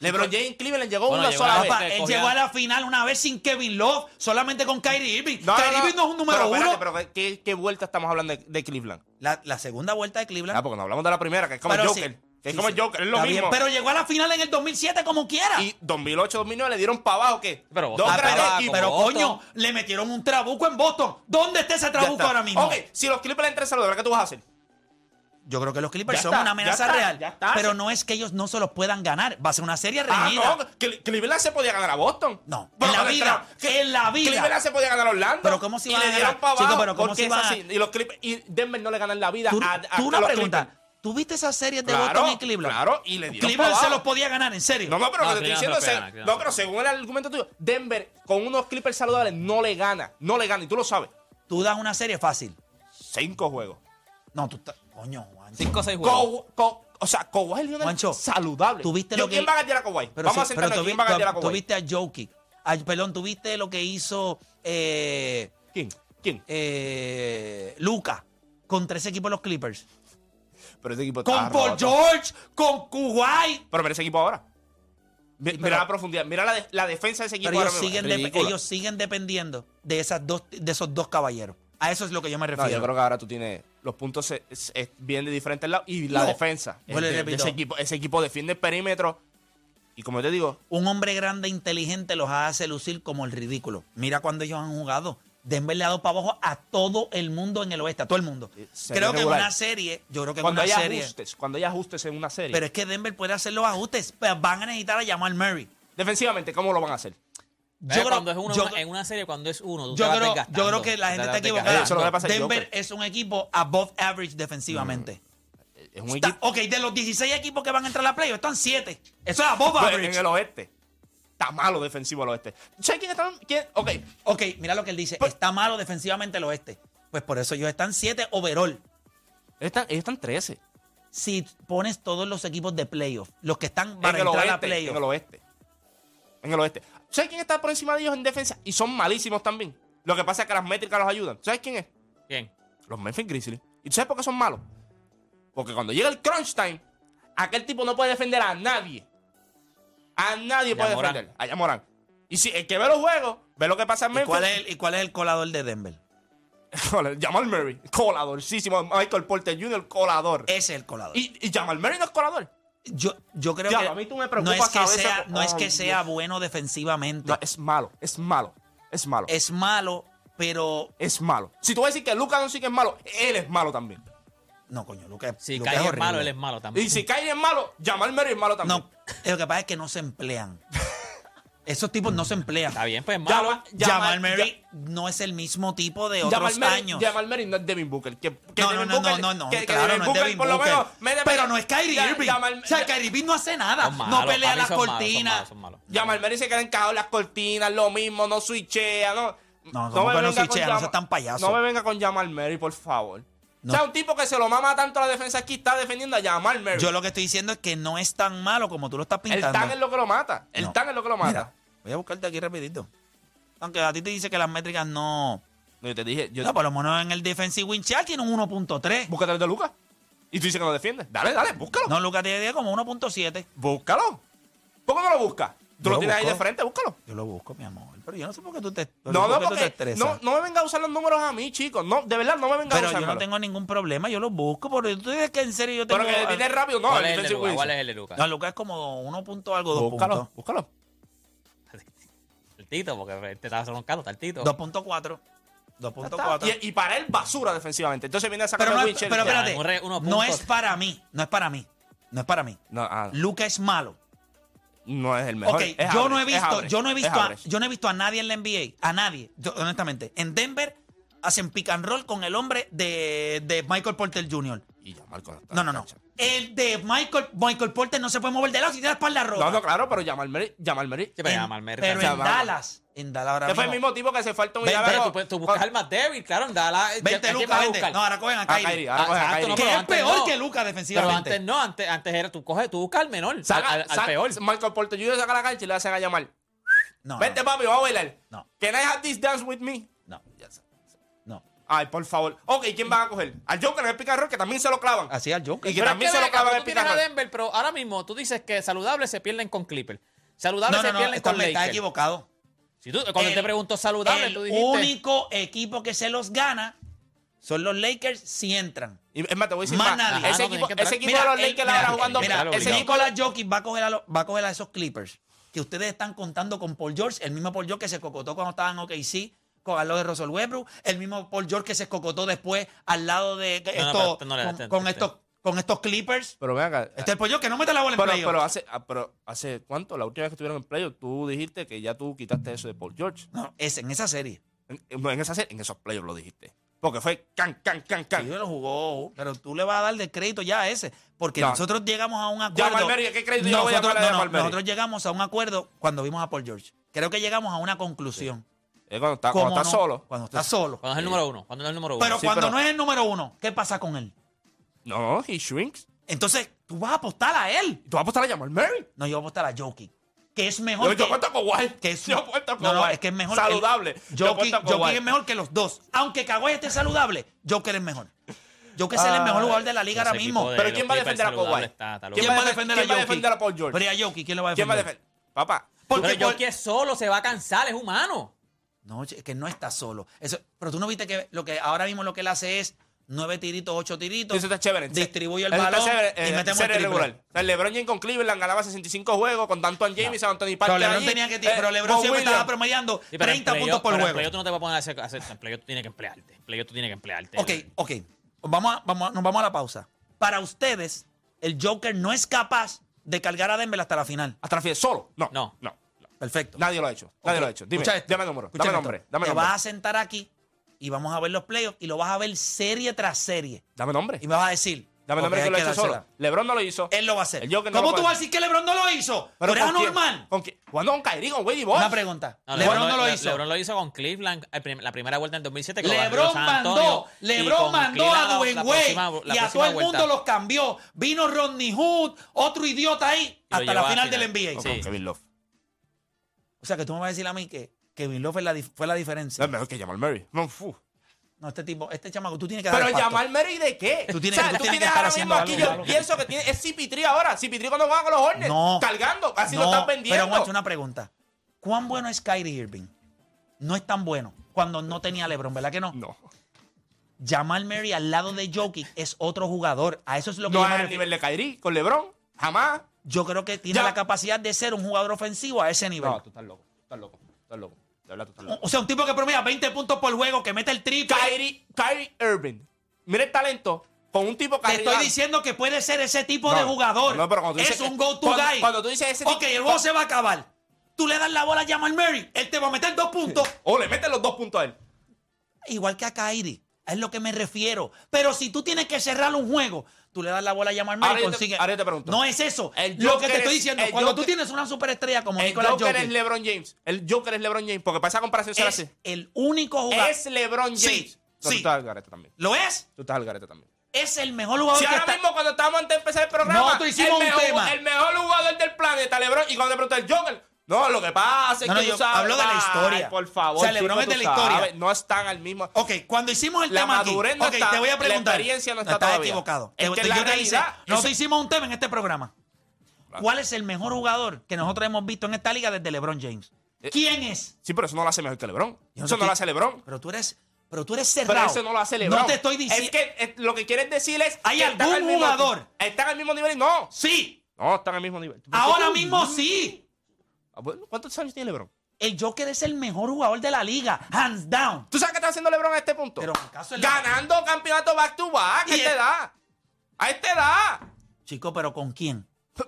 LeBron James en Cleveland llegó Bueno, una llegó sola a- vez. Papá, vez, él cogía- llegó a la final una vez sin Kevin Love, solamente con Kyrie Irving. Kyrie Irving no es un número pero, espérate, uno. pero ¿qué, qué vuelta estamos hablando de, de Cleveland? la, la segunda vuelta de Cleveland. Ah, porque no hablamos de la primera, que es como Pero Joker. sí, que es sí, como sí. Joker, es lo Está bien, mismo. pero llegó a la final en el 2007 como quiera. Ah, Y 2008, 2009 le dieron para abajo, ¿qué? Pero Dos Boston grandes estaba equipos. Pero Boston. coño, le metieron un trabuco en Boston. ¿Dónde está ese Ya trabuco está. ahora mismo? Ok, si los Clippers entran saludables, ¿qué tú vas a hacer? Yo creo que los Clippers Ya son está, una ya amenaza está, real. ya está. Pero no es que ellos no se los puedan ganar. Va a ser una serie Ah, reñida. no, Cle- Cleveland se podía ganar a Boston. No, Pero en la cuando vida, entraron- que- en la vida. Cleveland se podía ganar a Orlando. Pero ¿cómo se y iban a le dieron ganar? para abajo. Chico, pero ¿cómo porque se es iban a- así. Y, los Clippers, y Denver no le ganan la vida Tú, a, a- tú a una los pregunta. Clippers. ¿Tú viste esas series de Claro, Boston y Cleveland? claro, y le dieron Cleveland pa' se abajo. los podía ganar, en serio. No, no, pero No, lo que te estoy diciendo Cleveland no es. pega, Cleveland No, no pero según el argumento tuyo, Denver con unos Clippers saludables no le gana. No le gana, y tú lo sabes. Tú das una serie fácil. Cinco juegos. No, tú estás... Coño, Juancho. Cinco o seis juegos. Co- co- o sea, Kawhi Leonard Mancho, saludable. ¿tú viste Yo, lo que- ¿Quién va a ganar a Kawhi? Pero Vamos sí, a pero sentarnos. tú ¿Quién vi- va a ganar a tú- Kawí? Tú viste a Jokic. Ay, perdón, tú viste lo que hizo eh, ¿Quién? ¿Quién? eh, Luca contra ese equipo de los Clippers. Pero ese equipo está Con Paul roto. George, con Kuwait. Pero mira ese equipo ahora. Mi- Sí, mira pero- la profundidad, mira la, de- la defensa de ese equipo Pero ahora ellos mismo. siguen, Es dep- ridícula. ellos siguen dependiendo de, esas dos, de esos dos caballeros. A eso es lo que yo me No, refiero. yo creo que ahora tú tienes los puntos se- se- es- vienen de diferentes lados y la No. defensa. es Vuelvo y de- de repito. ese, equipo, ese equipo defiende el perímetro y como te digo, Un hombre grande e inteligente los hace lucir como el ridículo. Mira cuando ellos han jugado. Denver le ha dado para abajo a todo el mundo en el oeste, a todo el mundo. Eh, serie Creo que en regular. una serie, yo creo que en cuando una hay serie. ajustes, cuando hay ajustes en una serie, Pero es que Denver puede hacer los ajustes. pero Van a necesitar a llamar Murray. defensivamente, ¿cómo lo van a hacer? Yo creo, Eh, cuando es uno, yo- en una serie, cuando es uno, yo tú te vas creo, desgastando, yo creo que la gente te está vas equivocada. Eso desgastando. lo que pasa es que Denver Joker- es un equipo above average defensivamente. Mm, Es un Está- equipo ok, de los 16 equipos que van a entrar a la playoff, están 7. Eso es above Pues, average. en el oeste. Está malo defensivo al oeste. ¿Sabes quién está? ¿Quién? Ok. Ok, mira lo que él dice. Pues- está malo defensivamente el oeste. Pues por eso ellos están 7 overall. Están, ellos están 13. Si pones todos los equipos de playoff, los que están En para el, entrar oeste, a playoff. en el oeste. En el oeste. ¿Sabes quién está por encima de ellos en defensa? Y son malísimos también. Lo que pasa es que las métricas los ayudan. ¿Sabes quién es? Bien. Los Memphis Grizzlies. ¿Y tú sabes por qué son malos? Porque cuando llega el crunch time, aquel tipo no puede defender a nadie. A nadie puede Morant. defender. Allá Morán. Y si el que ve los juegos, ve lo que pasa en ¿Y Memphis. cuál, es el, ¿Y cuál es el colador de Denver? Joder, [LAUGHS] Jamal Murray, coladorcísimo. Michael Porter Jr., colador. Ese es el colador. Y, y Jamal Murray no es colador. Yo, yo creo Ya, que, a mí tú me no preocupas es que cabeza sea, con- no es Ay, que sea Dios. bueno defensivamente. No, eh. es malo, es malo, es malo. Es, Es malo, pero malo. Si tú vas a decir que Lucas no sí que es malo, él es malo también. no, coño, Luca, Si Luca Kai es horrible. malo, él es malo también. Y si Kyrie es malo, Jamal Murray es malo también. No, lo que pasa es que no se emplean. [LAUGHS] Esos tipos no se emplean. Está bien, pues es Ya malo. va- Jamal Jamal- Murray no es el mismo tipo de Ya- otros Jamal Murray, años. Jamal Murray no es Devin Booker. Que, que no, no, Devin no, no, Booker- no, no, que- que claro, no es Devin por lo Booker. menos, mete- pero no es Kyrie Ya- Irving. Jamal, o sea, ya- Kyrie Irving no hace nada. Son malos, no pelea para mí las son malos, son cortinas. malos, son malos. Jamal Murray se queda encajado en las cortinas, lo mismo, no switchea, no. No, ¿cómo que no venga con switchea? No Jamal- seas tan payaso. No me venga con Jamal Murray, por favor. No. O sea, un tipo que se lo mama tanto a la defensa aquí está defendiendo a Jamal Murray. Yo lo que estoy diciendo es que no es tan malo como tú lo estás El pintando. tan es lo que lo mata. El No. tan es lo que lo Mira, mata. voy a buscarte aquí rapidito. Aunque a ti te dice que las métricas no... No, yo te dije, yo No, por lo menos en el Defensive Win Chart tiene un 1.3. búscate el de Lucas. Y tú dices que no defiende. Dale, dale, búscalo. No, Lucas tiene como 1.7. Búscalo. ¿Por qué no lo buscas? Yo Tú lo lo tienes ahí busco. de frente, búscalo. Yo lo busco, mi amor. Pero yo no sé por qué tú te, No, no, por qué tú te porque estresas. no, no me venga a usar los números a mí, chicos. No, de verdad, no me venga a Pero usar yo no tengo ningún problema, yo lo busco. Porque tú dices que en serio yo tengo. Pero que viene rápido, no. ¿Cuál el es el de defensive Lucas? ¿Cuál whistle. es el de Lucas? No, Lucas es como 1. punto algo, 2 Búscalo, puntos. búscalo. El Tito, porque te estaba sacando el Tito. 2.4. 2.4. Y, y para él, basura defensivamente. Entonces viene a sacar Pero, no a es, Winchell. pero Ya. espérate, un re- unos no puntos. es para mí, no es para mí, no es para mí. No, ah, Luca es malo. no es el mejor. ok, Es yo, average, no he es visto, average, yo no he es visto, a, average. yo no he visto a nadie en la NBA, a nadie, yo- honestamente. En Denver hacen pick and roll con el hombre de, de Michael Porter Jr. Y Jamal cuando está No, en no, no. cancha. El de Michael, Michael Porter no se puede mover de lado si tiene la espalda rota. No, no, claro, pero Jamal Murray. Jamal Murray. Sí, pero En- ya, Malmer, pero o sea, en vamos. Dallas, en Dallas ahora Ese fue el mismo. mismo tipo que se falta un Ve- llave pero con- tú, puedes- tú buscas con- al más débil, claro, en Dallas. ¿a 20 quién lucas. vas a vente. buscar? No, ahora cogen a a Kyrie. Kyrie, Ah, ahora coge a exacto, no, Kyrie. que es antes peor no. que Luca Pero defensivamente. antes no, antes, antes era tú coges, tú buscas al menor, al- Saca- al, al saca- peor. Michael Porter Jr. saca la cancha y le hacen a Jamal. No, Vente, no, papi, vamos a bailar. No. Can I have this dance with me? no, Ya sé. no. Ay, por favor. Ok, ¿quién van a coger? Al Joker en el picarro que también se lo clavan. Así al Joker. Y que Pero también es se ve lo acá, clavan en tú el tienes a picarro. Denver, pero ahora mismo tú dices que saludables se pierden con Clipper. Saludables No, no, se no, pierden está con Lakers. equivocado. Si tú- cuando El- te pregunto saludable, el tú dijiste... único equipo que se los gana son los Lakers si entran. Y, es más, te voy a decir Más más. nadie. Ese Ah, no, equipo, tienen que entrar. ese equipo Mira, de los el- Lakers mira, ahora jugando. mira, lo ese obligado. equipo, Nicolas Jokic va a coger a, los- va a coger a esos Clippers que ustedes están contando con Paul George, el mismo Paul George que se cocotó cuando estaba en OKC con al lado de Russell Westbrook, el mismo Paul George que se cocotó después al lado de pero estos tú no le das con, tanto, con este. estos con estos Clippers. pero ven acá. Este es el Paul George que no mete la bola en Pero, playoff. pero, hace, ah, pero hace cuánto, la última vez que estuvieron en playoff, tú dijiste que ya tú quitaste eso de Paul George. No, es en esa serie. En, en- en esa serie- en esos playoffs lo dijiste. Porque fue can, can, can, Sí, can. lo jugó, pero tú le vas a dar de crédito ya a ese, porque No. nosotros llegamos a un Ya, acuerdo. Valverde, ¿qué crédito yo voy a Nosotros- darle a no, no, Valverde? nosotros llegamos a un acuerdo cuando vimos a Paul George. Creo que llegamos a una conclusión. Es cuando está, cuando ¿Cómo está no? solo. Cuando está solo. Cuando es el número uno, cuando no es el número uno. Pero Sí, cuando pero- no es el número uno, ¿qué pasa con él? No, he shrinks. Entonces, tú vas a apostar a él. ¿Tú vas a apostar a Jamal Murray? No, yo voy a apostar a Jokic, que es mejor Yo, yo que... apuesto a Kawhi. que es- yo apuesto a Kawhi. no, no, es que es mejor. Saludable. el- yo Jokic, apuesto a Jokic Kawhi. es mejor que los dos. Aunque Kawhi esté saludable, Jokic es mejor. Jokic es el Ah, mejor jugador de la liga ahora mismo. Pero ¿quién va a defender a Kawhi? ¿Quién ¿Quién va a defender a Jokic? Paul George? Pero ¿y a Jokic, ¿quién le va a defender? ¿Quién va a defender? Papá. Porque Pero Paul- Jokic solo se va a cansar, es humano. No, che, que no está solo. Eso, pero tú no viste que lo que ahora mismo lo que él hace es nueve tiritos, ocho tiritos. Eso está chévere. Distribuye el Eso está balón chévere, y eh, metemos el serie triple. regular. O sea, LeBron James con Cleveland ganaba 65 juegos con Antoine James, San Anthony Parker. Pero LeBron allí. tenía que Eh, tirar, pero LeBron Bo siempre Williams. estaba promediando Sí, pero en 30 playoff- puntos por pero en juego. playoff tú no te vas a poner a hacer, a hacer- en playoff tú tienes que emplearte. En playoff tú tienes que emplearte. Ok, ok. Vamos a- vamos a- nos vamos a la pausa. Para ustedes, el Joker no es capaz de cargar a Denver hasta la final. Hasta la final, solo. No. No. No. no. Perfecto. Nadie lo ha hecho. Nadie Ok, lo ha hecho. Dime, escucha esto, dame número. escucha Dame esto. nombre. Dame Te nombre. vas a sentar aquí y vamos a ver los playoffs y lo vas a ver serie tras serie. Dame nombre. Y me vas a decir. Dame ok, nombre hay que lo ha que hecho solo. dársela. LeBron no lo hizo. Él lo va a hacer. El Joker no ¿Cómo lo tú puede. vas a decir que LeBron no lo hizo? Pero eres ¿con quién? anormal. ¿Con quién? ¿Cuándo con Kyrie, con Wade y Bosch? Una pregunta. No, LeBron, no lo hizo. LeBron lo hizo con Cleveland el prim- la primera vuelta en 2007. que lo barrió LeBron San mandó, Antonio, y LeBron con mandó Cleveland a la- Dwayne la Wade próxima- la y a próxima todo el vuelta. mundo los cambió. Vino Rodney Hood, otro idiota ahí, lo hasta llevó la a final, final. del NBA. O Sí. con Kevin Love. O sea, que tú me vas a decir a mí que Kevin Love fue la, dif- fue la diferencia. Es mejor que Jamal Murray. No, fu. No, este tipo, este chamaco, tú tienes que dar Pero el pasto. Jamal Murray de qué? Tú tienes- o sea, tú tú, tienes que tienes estar ahora haciendo mismo aquí. algo, Yo algo. pienso que tiene, es CP3 ahora. CP3 cuando juega con los Hornets. No. Cargando. Así No, lo están vendiendo. Pero, Juancho, una pregunta. ¿Cuán bueno es Kyrie Irving? No es tan bueno cuando no tenía a LeBron, ¿verdad que no? No. Jamal Murray al lado de Jokic es otro jugador. A eso es lo que No yo es me al refiero. nivel de Kyrie con LeBron. Jamás. Yo creo que tiene Ya. la capacidad de ser un jugador ofensivo a ese nivel. No, tú estás loco. Estás loco. Estás loco. De verdad, tú estás loco. O sea, un tipo que promedia 20 puntos por juego, que mete el triple. Kyrie, Kyrie Irving. Mira el talento con un tipo Te Kyrie estoy Irving. diciendo que puede ser ese tipo No, de jugador. no, pero cuando tú es dices que- un go-to cuando- guy. cuando tú dices ese tipo- Ok, el juego se va a acabar. Tú le das la bola a Jamal Murray, él te va a meter dos puntos. O Oh, le meten los dos puntos a él. igual que a Kairi. Es lo que me refiero. Pero si tú tienes que cerrar un juego, tú le das la bola a llamar y Ahora yo te- consigues. ahora yo te pregunto. No es eso. El lo que Joker te estoy es- diciendo, el cuando tú Joker- tienes una superestrella como El Nicolas Joker es Jokic, LeBron James. El Joker es LeBron James. Porque para esa comparación se la es hace. el único jugador. Es LeBron James. Sí, No, sí. Tú estás al garete también. ¿Lo es? Tú estás al garete también. Es el mejor jugador Si que ahora está. mismo cuando estábamos antes de empezar el programa, Nosotros hicimos el, un mejor, tema. el mejor jugador del planeta, LeBron, y cuando le preguntó el Joker, no, lo que pasa es No, no, que yo tú sabes, hablo de la ay, historia. por favor. O sea, LeBron chico, es de tú la historia. sabes, No están al mismo. Ok, cuando hicimos el La tema aquí, madurez no ok, está, te voy a la preguntar. experiencia no está estás todavía. equivocado. Es Te- yo que la te hice- realidad- nosotros eso- hicimos un tema en este programa. ¿Cuál es el mejor jugador que nosotros hemos visto en esta liga desde LeBron James? Eh, ¿Quién es? Sí, pero eso no lo hace mejor que LeBron. Yo no eso te no estoy- lo hace LeBron. Pero tú eres, pero tú eres cerrado. Pero eso no lo hace LeBron. No te estoy diciendo. Es que eh, lo que quieres decir es. ¿Hay que están algún al mismo- jugador? Están al mismo nivel y no. Sí, No, están al mismo nivel. ahora mismo sí. Ah, bueno, ¿Cuántos años tiene LeBron? El Joker es el mejor jugador de la liga, hands down. ¿Tú sabes qué está haciendo LeBron a este punto? Pero en caso de la- Ganando campeonato back to back. ¿Qué Y te el- da? Ahí te da. Chico, pero ¿con quién?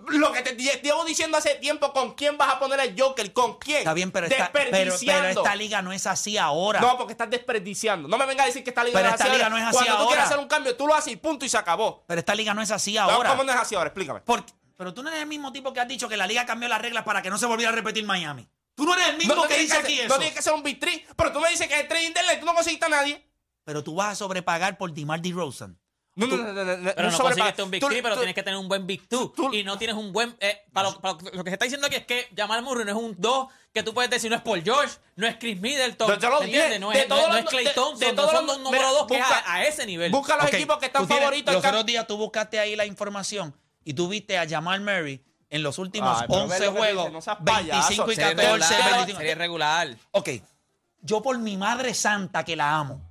Lo que te di- llevo diciendo hace tiempo, ¿con quién vas a poner al Joker? ¿Con quién? Está bien, pero esta, pero- pero desperdiciando. esta liga no es así ahora. No, porque estás desperdiciando. No me vengas a decir que esta liga Pero no es esta así. liga ahora. no es así Cuando tú ahora. quieres hacer un cambio, tú lo haces y punto y se acabó. Pero esta liga no es así No, ahora. ¿Cómo no es así ahora? Explícame. Porque- pero tú no eres el mismo tipo que has dicho que la liga cambió las reglas para que no se volviera a repetir Miami. Tú no eres el mismo No, no que tienes dice que aquí hacer- eso. no tienes que ser un big three, pero tú me dices que el trade internet tú no conseguiste a nadie. Pero tú vas a sobrepagar por DeMar DeRozan. No, no, no, no, no, Pero no, sobrepa- conseguiste un Big tú- Three, pero tú- tienes que tener un buen Big Two. tú- y no tienes un buen. eh, para lo, para lo- lo que se está diciendo aquí es que Jamal Murray no es un 2 que tú puedes decir no es Paul George, no es Chris Middleton. Yo te lo ¿me dije, entiendes? No de es, no, todos no es los- Clay de- de Thompson. no todos son los- un número mira, 2 que es busca- a, a ese nivel. Busca los Ok, equipos tú que están tienes- favoritos. en Los cam- otros días tú buscaste ahí la información y tú viste a Jamal Murray en los últimos Ay, pero ve 11 lo que juegos, dice, no seas payaso, 25 y Sería 14, regular, pero- 25. sería regular. Ok, yo por mi madre santa que la amo,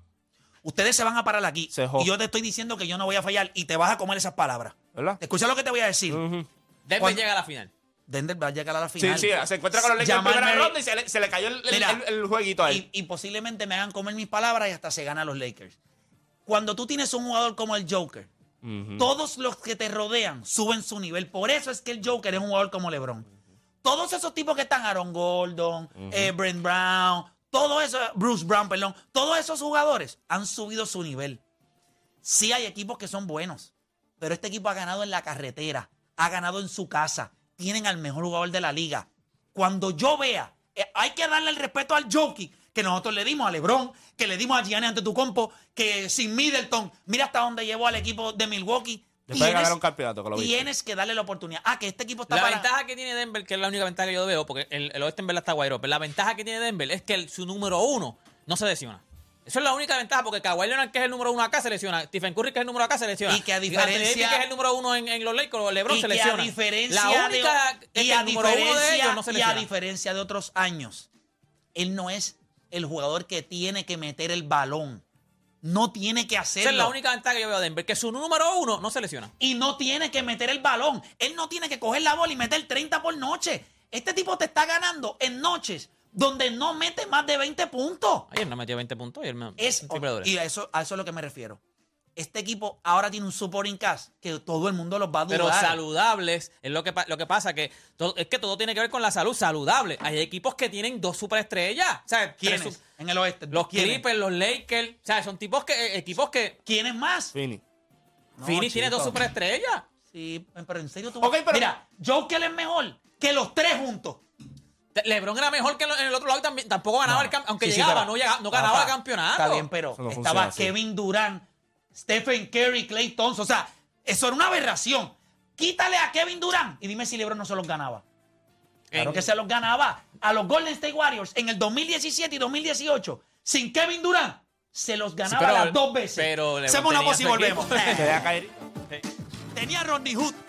ustedes se van a parar aquí Se jo- y yo te estoy diciendo que yo no voy a fallar y te vas a comer esas palabras. ¿Verdad? Escucha lo que te voy a decir. Denver Cuando- llega a la final. Denver va a llegar a la Sí, final. sí, se encuentra con los Lakers en Jamal primera Murray- ronda y se le, se le cayó el, el- Mira, el- el jueguito ahí. y, y posiblemente me hagan comer mis palabras y hasta se gana los Lakers. Cuando tú tienes un jugador como el Joker, todos los que te rodean suben su nivel. Por eso es que el Joker es un jugador como LeBron. Todos esos tipos que están, Aaron Gordon, eh, Brent Brown, todo eso, Bruce Brown, perdón, todos esos jugadores han subido su nivel. Sí hay equipos que son buenos, pero este equipo ha ganado en la carretera, ha ganado en su casa, tienen al mejor jugador de la liga. Cuando yo vea, eh, hay que darle el respeto al Jokic que nosotros le dimos a LeBron, que le dimos a Gianni ante tu compo, que sin Middleton, mira hasta dónde llevó al equipo de Milwaukee. Después de ganar un campeonato, que lo viste. tienes que darle la oportunidad. Ah, que este equipo está La para... ventaja que tiene Denver, que es la única ventaja que yo veo, porque el, el oeste en verdad está guairo, pero la ventaja que tiene Denver es que el- su número uno no se lesiona. Eso es la única ventaja, porque Kawhi Leonard, que es el número uno acá, se lesiona. Stephen Curry, que es el número acá, se lesiona. Y que a Anthony diferencia- Davis, que es el número uno en, en los Lakers, o LeBron, y se que lesiona. a diferencia la única de, es y que a el número uno de diferencia- ellos no y se a lesiona. diferencia de otros años, él no es el jugador que tiene que meter el balón. No tiene que hacerlo. Esa es la única ventaja que yo veo a Denver, que su número uno no se lesiona. Y no tiene que meter el balón. Él no tiene que coger la bola y meter 30 por noche. Este tipo te está ganando en noches donde no mete más de 20 puntos. Ayer no metió 20 puntos, ayer me... Es, triple doble. y a eso, a eso es lo que me refiero. Este equipo ahora tiene un supporting cast que todo el mundo los va a dudar. Pero saludables es lo que, pa- lo que pasa, que todo- es que todo tiene que ver con la salud saludable. Hay equipos que tienen dos superestrellas. O sea, tres ¿Quiénes? sup- en el oeste. Los ¿Quiénes? Clippers, los Lakers. O sea, son tipos que, eh, equipos que. ¿Quiénes más? Fini. No, Phoenix tiene dos chico. superestrellas. Sí, eh, pero en serio tú. Ok, pero- Mira, Joker es mejor que los tres juntos. Te- LeBron era mejor que lo- en el otro lado y también, tampoco ganaba el campeonato. Aunque Sí, sí, llegaba, pero- no, llegaba, no ganaba el Papá, campeonato. Está bien, pero Eso no estaba funciona así. Kevin Durant, Stephen Curry, Clay Thompson. O sea, eso era una aberración. Quítale a Kevin Durant y dime si LeBron no se los ganaba. Claro En- que se los ganaba. A los Golden State Warriors en el 2017 y 2018, sin Kevin Durant, se los ganaba pero- las dos veces. pero LeBron Hacemos una tenía pausa y [LAUGHS] su volvemos. equipo. Te deja caer. Tenía a Rodney Hood,